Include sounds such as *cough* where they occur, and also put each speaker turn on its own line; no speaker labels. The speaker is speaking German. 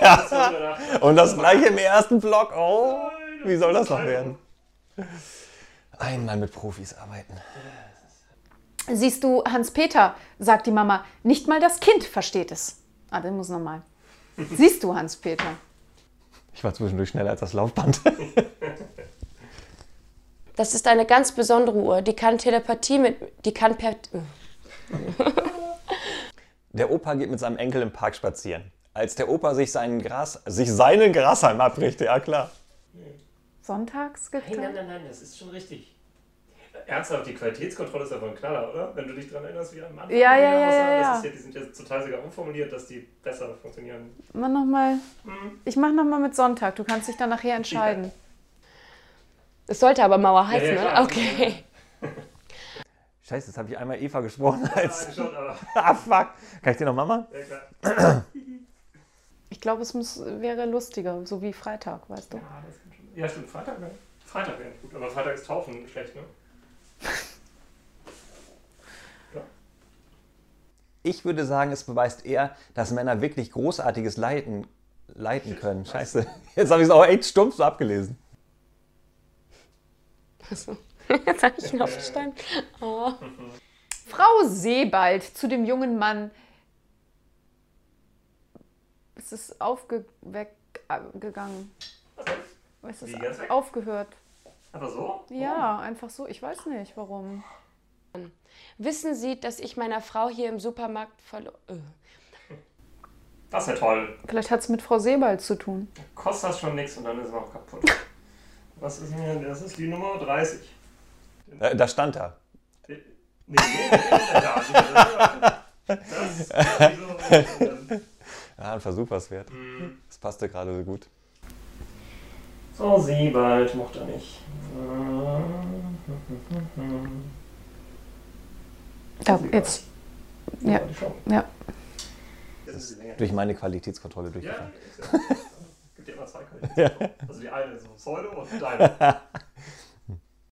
Ja. Und das gleiche im ersten Block. Oh, wie soll das noch werden? Einmal mit Profis arbeiten.
Siehst du, Hans-Peter, sagt die Mama, nicht mal das Kind versteht es. Ah, den muss nochmal. Siehst du, Hans-Peter?
Ich war zwischendurch schneller als das Laufband. *laughs*
Das ist eine ganz besondere Uhr. Die kann Telepathie mit. Die kann per.
Der Opa geht mit seinem Enkel im Park spazieren. Als der Opa sich seinen Gras, sich seinen Grashalm abbricht, ja klar.
Sonntags
Nein, nein,
getan?
nein, nein, das ist schon richtig. Ernsthaft, die Qualitätskontrolle ist einfach ein Knaller, oder? Wenn du dich daran erinnerst, wie am Anfang
Ja, ja,
die
ja,
Aussagen,
ja,
das
ja.
Ist ja. Die sind jetzt total sogar umformuliert, dass die besser funktionieren.
Mach nochmal.
Mhm.
Ich mach nochmal mit Sonntag. Du kannst dich dann nachher entscheiden.
Es sollte aber Mauer heißen,
Ja, ja,
ne?
klar.
Okay. *laughs*
Scheiße, jetzt habe ich einmal Eva gesprochen als.
Ja,
*laughs*
schon, aber,
*laughs* Ah, fuck. Kann ich den nochmal machen?
ja, klar.
Ich glaube, es muss, wäre lustiger, so wie Freitag, weißt du?
Ja, das kann schon- ja, stimmt, Freitag wäre Freitag wäre gut, aber Freitag ist
*laughs*
Taufen schlecht, ne?
Ich würde sagen, es beweist eher, dass Männer wirklich großartiges Leiden leiten können. Scheiße. Jetzt habe ich es auch echt stumpf so abgelesen.
Achso. Jetzt habe ich ihn auch verstanden. Oh.
Frau Sebald zu dem jungen Mann. Es ist aufgegangen. Es
Wie,
ist
ganz weg? Oh.
aufgehört.
Aber so?
Ja, einfach so. Ich weiß nicht, warum.
Wissen Sie, dass ich meiner Frau hier im Supermarkt Äh. verloren.
Das ist ja toll.
Vielleicht hat es mit Frau Sebald zu tun.
Kostet das schon nichts und dann ist man auch kaputt. Was ist denn hier? Das ist die Nummer 30.
Äh, Da, da stand da.
Nee, nee, nee, nee, da ist sie. Das ist sowieso-
Ja, ein Versuch was wert. Das passte gerade so gut.
So, Siebald mochte er nicht.
Da, jetzt. Ja,
Die Show.
ja.
Jetzt ist sie länger.
Durch meine Qualitätskontrolle *laughs*
Ja,
durchgefahren.
ist ja- gibt ja immer zwei Qualitäten. Also die eine ist so Pseudo und deine.